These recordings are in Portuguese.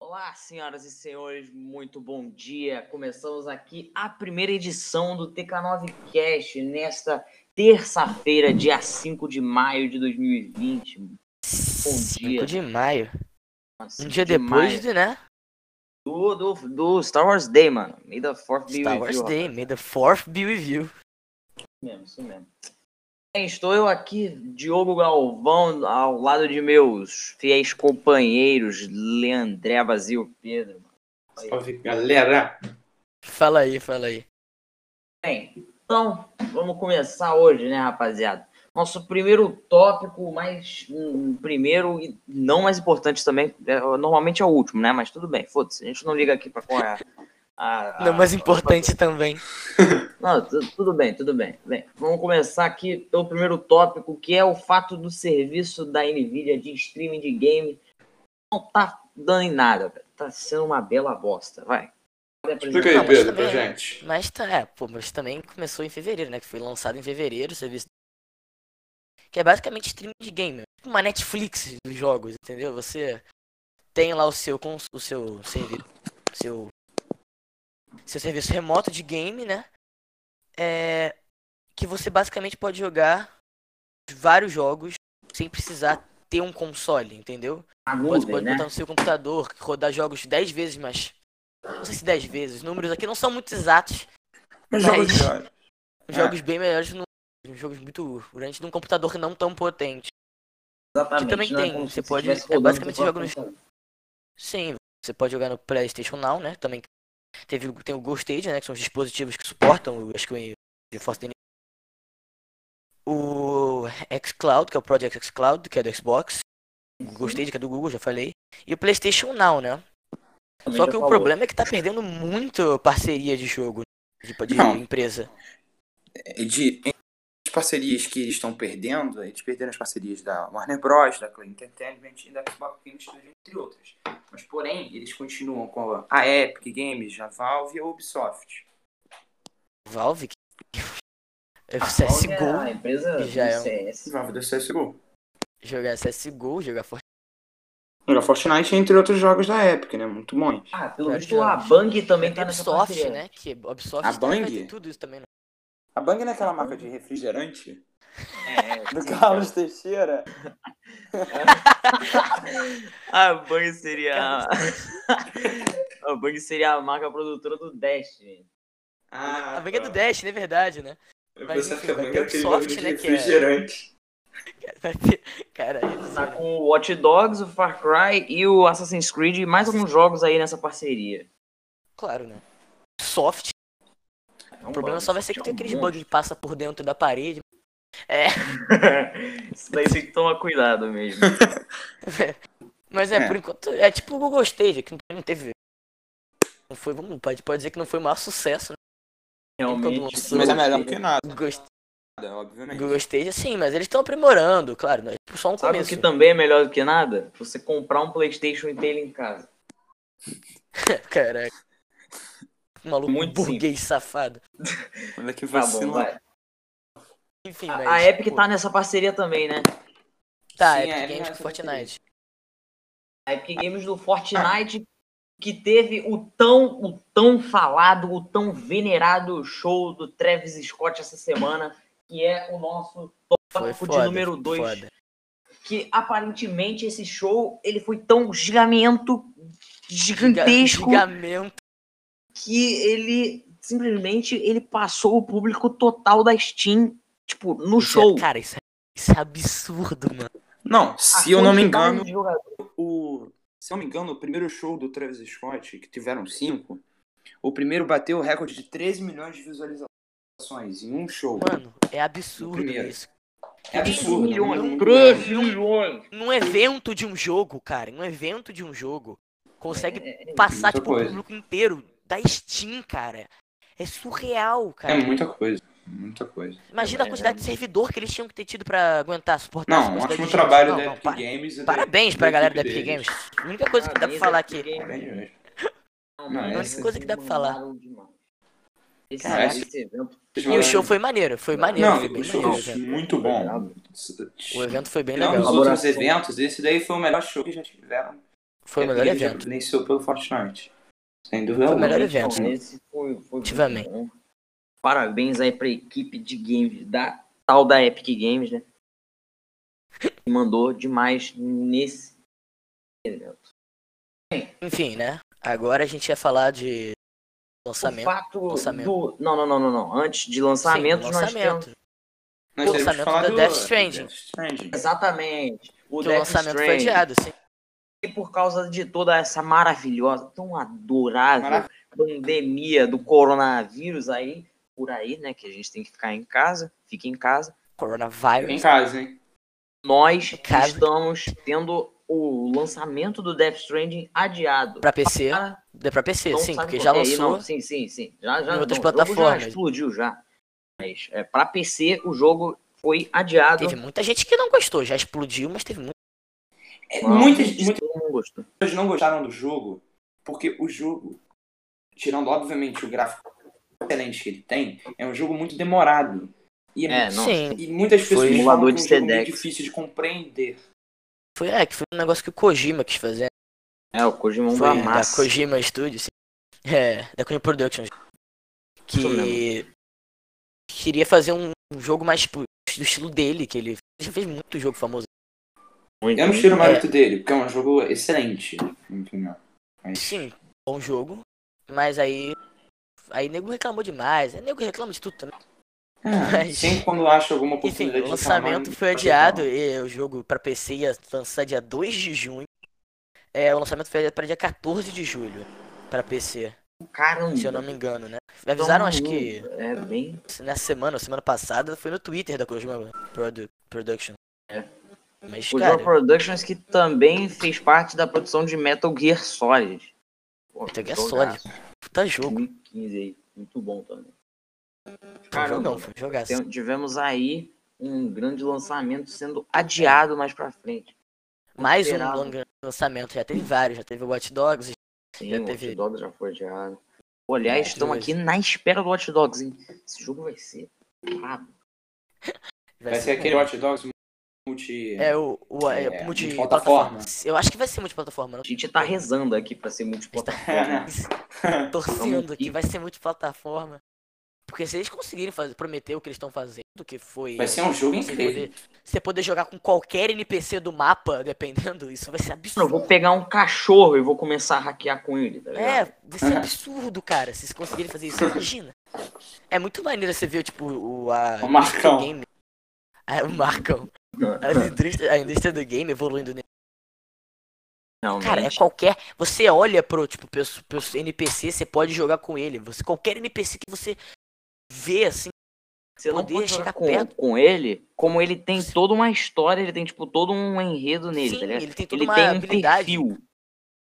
Olá, senhoras e senhores, muito bom dia. Começamos aqui a primeira edição do TK9 Cast nesta terça-feira, dia 5 de maio de 2020. Bom Um dia. 5 de maio. Nossa, Um 5 dia de depois, maio. do, né? do... Do, do Star Wars Day, mano. May the 4th be Star with Wars you, Day, May the 4th be with you. Isso mesmo, isso mesmo. Bem, estou eu aqui, Diogo Galvão, ao lado de meus fiéis companheiros, Leandrevas e o Pedro. Salve, galera! Fala aí, fala aí. Bem, então, vamos começar hoje, né, rapaziada? Nosso primeiro tópico, mas um, primeiro e não mais importante também, é, normalmente é o último, né? Mas tudo bem, foda-se, a gente não liga aqui pra qual é a- a- Não, mas importante também. não, tu- tudo bem, tudo bem. Bem, vamos começar aqui pelo primeiro tópico, que é o fato do serviço da Nvidia de streaming de game não tá dando em nada, velho. tá sendo uma bela bosta, vai. Explica Não, aí, mas Pedro, pra também- gente. Mas tá, é, pô, mas também começou em fevereiro, né? Que foi lançado em fevereiro, o serviço. Que é basicamente streaming de game. tipo Uma Netflix dos jogos, entendeu? Você tem lá o seu cons- o seu serviço, seu seu serviço remoto de game, né? É que você basicamente pode jogar vários jogos sem precisar ter um console, entendeu? A Pode, nuvem, pode né? botar no seu computador, rodar jogos 10 vezes mais. Não sei se 10 vezes, os números aqui não são muito exatos. Mas jogo jogo de de Jogos bem melhores, num, jogos muito grandes, num computador não tão potente. Exatamente. que também não é tem, como você se pode- estivesse é rodando basicamente seu próprio jogo computador. Sim, você pode jogar no PlayStation Now, né? Também teve, o- tem o Ghost Station, né? Que são os dispositivos que suportam, o- acho que o GeForce DNA. O xCloud, que é o Project xCloud, que é do Xbox. O Ghost Station, que é do Google, já falei. E o PlayStation Now, né? Também Só já que o falou. problema é que tá perdendo muito parceria de jogo, de, de Não. empresa. De as parcerias que eles estão perdendo, eles perderam as parcerias da Warner Bros, da Clay Entertainment e da Xbox Game Studios, entre outras. Mas, porém, eles continuam com a- a Epic Games, a Valve e a Ubisoft. Valve? que- A Valve é é CSGO, a empresa que já do é um- CS. Valve da CSGO. jogar CSGO, jogar Fortnite. Era Fortnite, entre outros jogos da Epic, né? Muito bons. Ah, pelo Vários visto a jogos. Bang também tá Tem nessa Ubisoft, parceria. né? Que Ubisoft A também vai Bang? ter tudo isso também. né? A Bang não é aquela marca de refrigerante? É, Do Carlos Teixeira? a Bang seria... a Bang seria a marca produtora do Destiny. Ah, A Bang é do Dash, não é verdade, né? Eu Mas, pensava enfim, que a vai Bang ter era aquele Ubisoft, bagulho de né, que é- refrigerante. Vai ter- Cara, é isso- Tá com o Watch Dogs, o Far Cry e o Assassin's Creed e mais alguns jogos aí nessa parceria. claro, né? Soft. É um O problema bug. só vai ser que É tem um aqueles monte. bugs que passa por dentro da parede. Isso daí tem que tomar cuidado mesmo. Mas é, É. por enquanto, é tipo o Google Stage, que não teve. Não foi, vamos, pode, pode dizer que não foi o maior sucesso, né? tá Realmente. lançou. Mas é melhor que nada, né? O Google, St- o obviamente. Google Stage, sim, mas eles estão aprimorando, claro, né? Tipo, só um Sabe o começo. que também é melhor do que nada? Você comprar um Playstation e ter ele em casa. Tá Caraca. Maluco Muito burguês safado. Olha que Tá bom, vai. Enfim, A- mas, a Epic É pô, tá nessa parceria também, né? Tá, Sim, Epic a Epic Games tá com nessa Fortnite. A Epic Games do Fortnite que teve o tão, o tão falado, o tão venerado show do Travis Scott essa semana, que é o nosso Foi tópico foda, de número 2, foda. que aparentemente esse show ele foi tão gigamento gigantesco Gigamento. que ele simplesmente ele passou o público total da Steam, tipo, no show. Cara, isso é, isso é absurdo, mano. Não, A se eu não me quantidade engano, de jogadores- o. Se eu não me engano, o primeiro show do Travis Scott, que tiveram cinco, o primeiro bateu o recorde de 13 milhões de visualizações em um show. Mano, é absurdo primeiro. isso. é absurdo. 13 milhões. é muito grande. 13 milhões. Num evento de um jogo, cara, num evento de um jogo, consegue É, é, é. passar, muita tipo, o coisa. público inteiro da Steam, cara. É surreal, cara. É muita coisa. Muita coisa. Imagina É, a é, quantidade de servidor que eles tinham que ter tido pra aguentar, suportar essa Não, um quantidade ótimo de gente. trabalho Não, né? da não, Epic para- Games. é e da- Parabéns pra da galera da equipe Epic deles. Games. A única coisa que dá pra falar aqui. Parabéns É mesmo. Não, é mas essa coisa que dá pra falar. mandaram demais. Esse, Caraca. esse evento Vocês E o mandaram- show foi maneiro, foi maneiro, Não, foi bem o show maneiro. cara. muito bom. O um evento foi bem Não, dos legal. outros Colaboração. eventos, esse daí foi o melhor show que já tiveram. Foi o melhor evento. Iniciou pelo Fortnite. Sem Foi dúvida o alguma. melhor Então, evento. esse foi, foi muito Ativamente. bom. Parabéns aí pra equipe de games da tal da Epic Games, né? Que mandou demais nesse evento. Enfim, né? Agora a gente ia falar de O lançamento. fato lançamento. do. Não, não, não, não, não. Antes de Sim, lançamentos, nós temos. lançamento. Nós O teremos lançamento que falar da do- Death do Stranding. Death Stranding. Exatamente. O Que o Death lançamento foi Stranding. adiado, sim. E por causa de toda essa maravilhosa, tão adorável Maravilha. pandemia do coronavírus aí, por aí, né? Que a gente tem que ficar em casa, fica em casa. Coronavirus. Em casa, hein? Nós Cara. estamos tendo o lançamento do Death Stranding adiado. Pra PC. Ah, Deu pra PC, não sim, sabe porque qual já que é. E lançou. não, sim, sim, sim. Já, já, em outras não, o jogo plataformas. Já explodiu já. Mas é, pra PC, o jogo foi adiado. Teve muita gente que não gostou, já explodiu, mas teve muita. É, um Não, muitas, gente, muitas todo mundo gostou. pessoas não gostaram do jogo, porque o jogo, tirando obviamente o gráfico excelente que ele tem, é um jogo muito demorado. E, é É, não. Sim, muito- e muitas pessoas Foi um falam emulador que é um de jogo muito Sedex. difícil de compreender. foi, é, que foi um negócio que o Kojima quis fazer. É, o Kojima é Foi uma da massa. Kojima Studios, sim. É, da Kojima Productions. Isso Que queria fazer um, um jogo mais tipo, do estilo dele, que ele ele já fez muito jogo famoso. Muito, Eu não muito tiro o É. mérito dele, porque é um jogo excelente, na minha opinião. Mas Sim, bom jogo, mas aí aí nego reclamou demais. Aí nego reclama de tudo também. é, Mas- sempre quando acha alguma Enfim, oportunidade o de lançamento reclamar, foi não- adiado e o jogo pra PC ia lançar dia 2 de junho. É, o lançamento foi adiado pra dia 14 de julho pra PC, Caramba. se eu não me engano, né? Avisaram, acho que É bem. nessa semana, ou semana passada, foi no Twitter da Kojima Produ Production. É. Mas, O cara, João Productions que também fez parte da produção de Metal Gear Solid. Pô, Metal Gear jogaço. puta jogo. 2015 aí, muito bom também. Foi um jogão, Caramba, foi um jogaço. tem- tivemos aí um grande lançamento sendo É. adiado mais pra frente. Mais um esperado. longo lançamento, já teve vários, já teve o Watch Dogs, Sim, Já o teve- Watch Dogs já foi adiado. Pô, Aliás, Muito estamos dois. aqui na espera do Watch Dogs, hein? Esse jogo vai ser brabo. Vai ser aquele Watch Dogs multi... um- É o, o é, multiplataforma. É, multiplataforma. Eu acho que vai ser multiplataforma, não A gente tá rezando aqui pra ser É, né? multiplataforma. torcendo Vamos que ir. vai ser multiplataforma. Porque se eles conseguirem fazer, prometer o que eles estão fazendo, que foi Vai ser um jogo você incrível. poder, você poder jogar com qualquer NPC do mapa, dependendo, isso vai ser Mano, absurdo. eu vou pegar um cachorro e vou começar a hackear com ele, tá ligado? É, vai ser absurdo, cara, se eles conseguirem fazer isso, imagina. É muito maneiro você ver, tipo, o, a O Marcão. game. Ah, o Marcão. A Hum. indústria, a indústria do game evoluindo né? Realmente. Cara, é qualquer. Você olha pro, tipo, pesso- pesso- NPC, você pode jogar com ele. Você, qualquer NPC que você vê, assim, Você não poder pode jogar chegar com, perto. com ele, como ele tem toda uma história, ele tem, tipo, todo um enredo nele, sim, tá ligado? ele tem toda Ele uma tem um habilidade. perfil.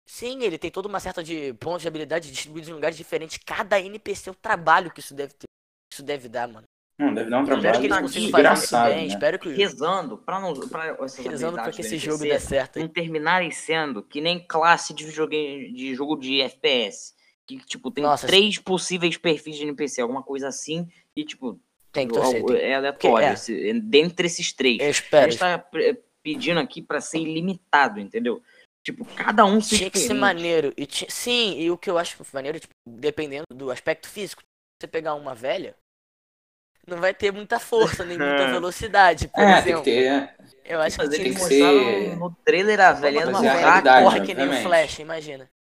Sim, ele tem toda uma certa de pontos de habilidade distribuídos em lugares diferentes. Cada NPC, é o trabalho que isso deve ter. Isso deve dar, mano. Hum, deve dar um Espero Espero que trabalho eles tá consigam fazer isso desgraçado, bem. né? Espero que. Rezando pra não. Pra essas Rezando pra habilidades que do esse NPC jogo dê certo. não terminarem um sendo que nem classe de videogame de jogo de FPS. Que, tipo, tem Nossa, três possíveis perfis de NPC, alguma coisa assim, e, tipo, Tem que torcer. algo- tem- é aleatório. é. esse- dentre esses três. Eu A espero. gente tá pre- pedindo aqui pra ser ilimitado, entendeu? Tipo, cada um se Tinha que ser maneiro. E ti- Sim, e o que eu acho maneiro, tipo, dependendo do aspecto físico, você pegar uma velha, não vai ter muita força, nem muita velocidade, por É, tem que exemplo. ter... Eu acho que Mas tinha ele que que ser. mostraram ser- no trailer a velhinha Mas numa é a hack. realidade, Corre que nem o obviamente. Flash, imagina.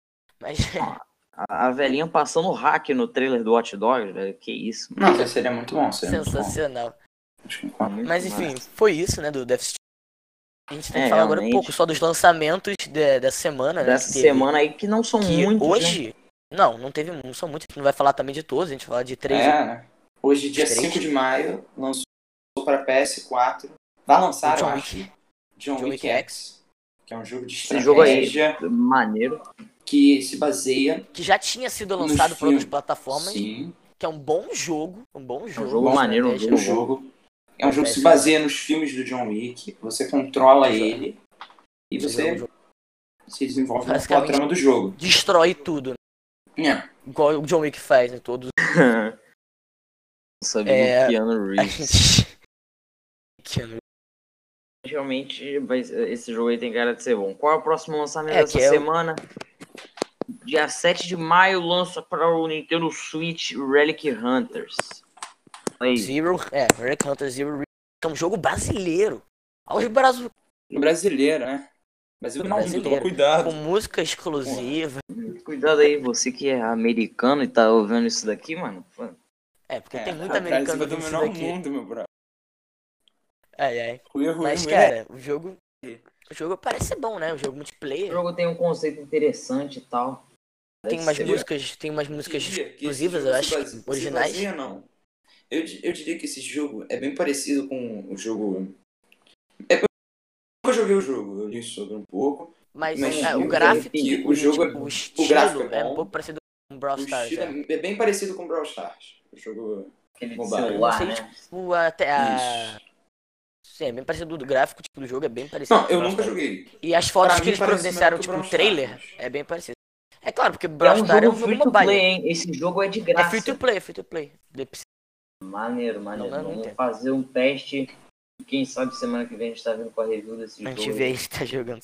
Mas A a velhinha passando hack no trailer do Watch Dogs, velho. Que isso, mano. Nossa, seria muito bom, seria muito bom. sensacional. Acho que enquanto- Muito Mas massa. enfim, foi isso, né, do Death Stranding. A gente tem que É, falar agora um realmente. pouco só dos lançamentos de- dessa semana, né? Dessa que teve. semana aí que não são Que muitos. né? hoje. Não, não teve. Não são muitos. A gente não vai falar também de todos, a gente vai falar de três. É, né? Hoje, dia Três. 5 de maio, lançou pra PS4. Vai lançar, John eu acho, John, John Wick Wick X, é? que é um jogo de Esse jogo aí. estratégia Maneiro. que se baseia... Que já tinha sido Nos lançado por outras filmes. plataformas. Sim, É que é um bom jogo, um bom jogo. jogo uma maneiro, um estratégia. o bom. jogo. É um jogo que se baseia nos filmes do John Wick. Você controla ele e É um você jogo- se desenvolve na Basicamente. trama do jogo. Destrói tudo, né? É. igual o John Wick faz em todos. Nossa, viu? É, Keanu A Reeves. gente... Keanu Realmente, vai- esse jogo aí tem cara de ser bom. Qual é o próximo lançamento É, dessa que é o- semana? Dia 7 de maio lança para o Nintendo Switch Relic Hunters. Aí, Zero, é, Relic Hunter Zero Re- que é um jogo brasileiro. Aos Brasil, Brasileiro, né? Brasil não, Brasileiro. toma com cuidado. música exclusiva. cuidado aí, você que é americano e tá ouvindo isso daqui, mano. Pô, É, porque É, tem muito o Brasil americano vai disso dominar o daqui. mundo, meu brother. Ai, ai. O erro, Mas, o erro é cara, o jogo. O jogo parece ser bom, né? O jogo multiplayer. O jogo tem um conceito interessante e tal. Tem umas Seria- músicas, tem umas músicas diria que é esse é exclusivas, jogo eu se acho, base- se originais. baseia, não. Eu, di- eu diria que esse jogo é bem parecido com o jogo. É, eu nunca joguei o jogo, eu li sobre um pouco. Mas, Mas é, o eu gráfico, entendi. o, O tipo, jogo é- o o estilo gráfico é é, um bom. pouco parecido com Brawl O Stars. estilo É. é é bem parecido com Brawl Stars. O jogo. Aquele de Mobile. celular, Não né? sei, O, Tipo, até a... Isso. Sim, é bem parecido do gráfico, tipo, do jogo é bem parecido. Não, com eu Brawl nunca Stars. joguei. E as fotos Pra que mim eles parece providenciaram, mais que o tipo, o Brawl trailer, Stars. é bem parecido. É claro, porque É Brawl um Stars é um jogo jogo free to play, mobile. né? hein? Esse jogo é de É graça. free to play, é free to play. Dep- Maneiro, maneiro. Não, não, não Vamos tem. fazer um teste. Quem sabe semana que vem a gente tá vindo com a review desse A jogo. gente vê se tá jogando.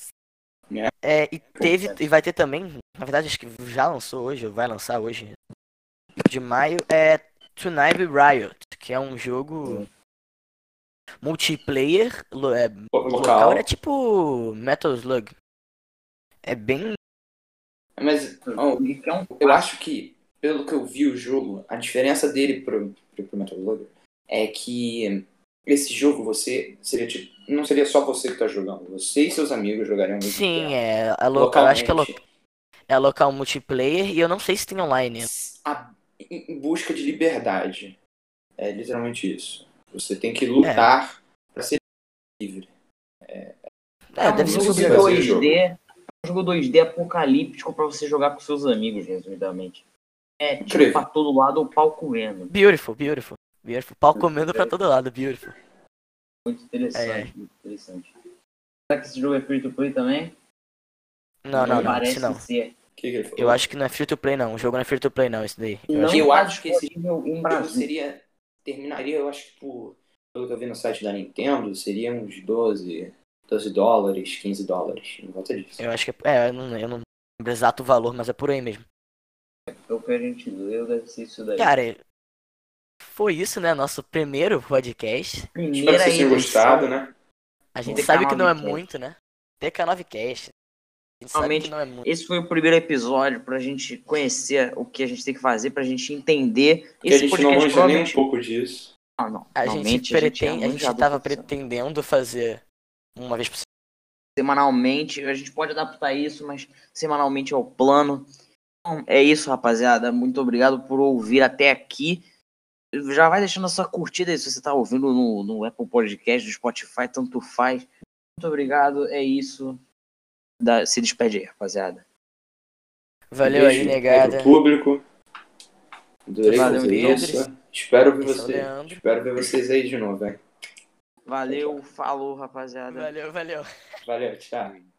É. É, e teve, e vai ter também, na verdade acho que já lançou hoje, ou vai lançar hoje, de maio, é Tonight Riot, que é um jogo multiplayer, lo- é, O- local, Local. é tipo Metal Slug. É bem... Mas ó, Que é um eu acho que, pelo que eu vi o jogo, a diferença dele pro, pro, pro Metal Slug é que esse jogo você seria tipo. Não seria só você que tá jogando, você e seus amigos jogariam ao mesmo Sim, tempo. é, é local, acho que é, lo- Localmente. é local multiplayer, e eu não sei se tem online. a- em em busca de liberdade. É literalmente isso. Você tem que lutar pra ser livre. É, É um deve ser jogo de possível. possível. Esse jogo. 2D. É um jogo 2D apocalíptico pra você jogar com seus amigos, resumidamente. É, tipo, Incrível. pra todo lado o pau comendo. Beautiful, beautiful. Beautiful. Pau comendo pra todo lado, beautiful. Muito interessante, É, é. muito interessante. Será que esse jogo é free to play também? Não, não, não, parece isso não. ser. O que que ele falou? Eu acho que não é free to play, não. O jogo não é free to play, não, isso daí. Eu não acho eu tá acho que esse disponível em O jogo Brasil. seria. Terminaria, eu acho que por. Pelo que eu vi no site da Nintendo, seria uns 12. 12 dólares, 15 dólares. Em volta disso. Eu acho que é. É, eu não, eu não lembro exato o valor, mas é por aí mesmo. É o que a gente leu, deve ser isso daí. Cara, foi isso, né? Nosso primeiro podcast. Espero primeira que vocês tenham edição. gostado, né? A gente TK9 sabe que não é Cast. muito, né? TK9Cast. A gente sabe Realmente, que não é muito. Esse foi o primeiro episódio pra gente conhecer o que a gente tem que fazer, pra gente entender. Porque a gente não manja nem um provavelmente- pouco disso. Ah, não. A gente, Realmente, a gente é pretende, a gente manjado tava por isso. pretendendo fazer uma vez por semana. semanalmente. A gente pode adaptar isso, mas semanalmente é o plano. Então, é isso, rapaziada. Muito obrigado por ouvir até aqui. Já vai deixando a sua curtida aí se você tá ouvindo no, no Apple Podcast, no Spotify, tanto faz. Muito obrigado, é isso. Da- se despede aí, rapaziada. Valeu aí, Beijo negada. pro público. Adorei Valeu, fazer Pedro. isso. Espero ver Esse é o vocês. Leandro. Espero ver vocês aí de novo, hein? Valeu, falou, rapaziada. Valeu, valeu. Valeu, tchau.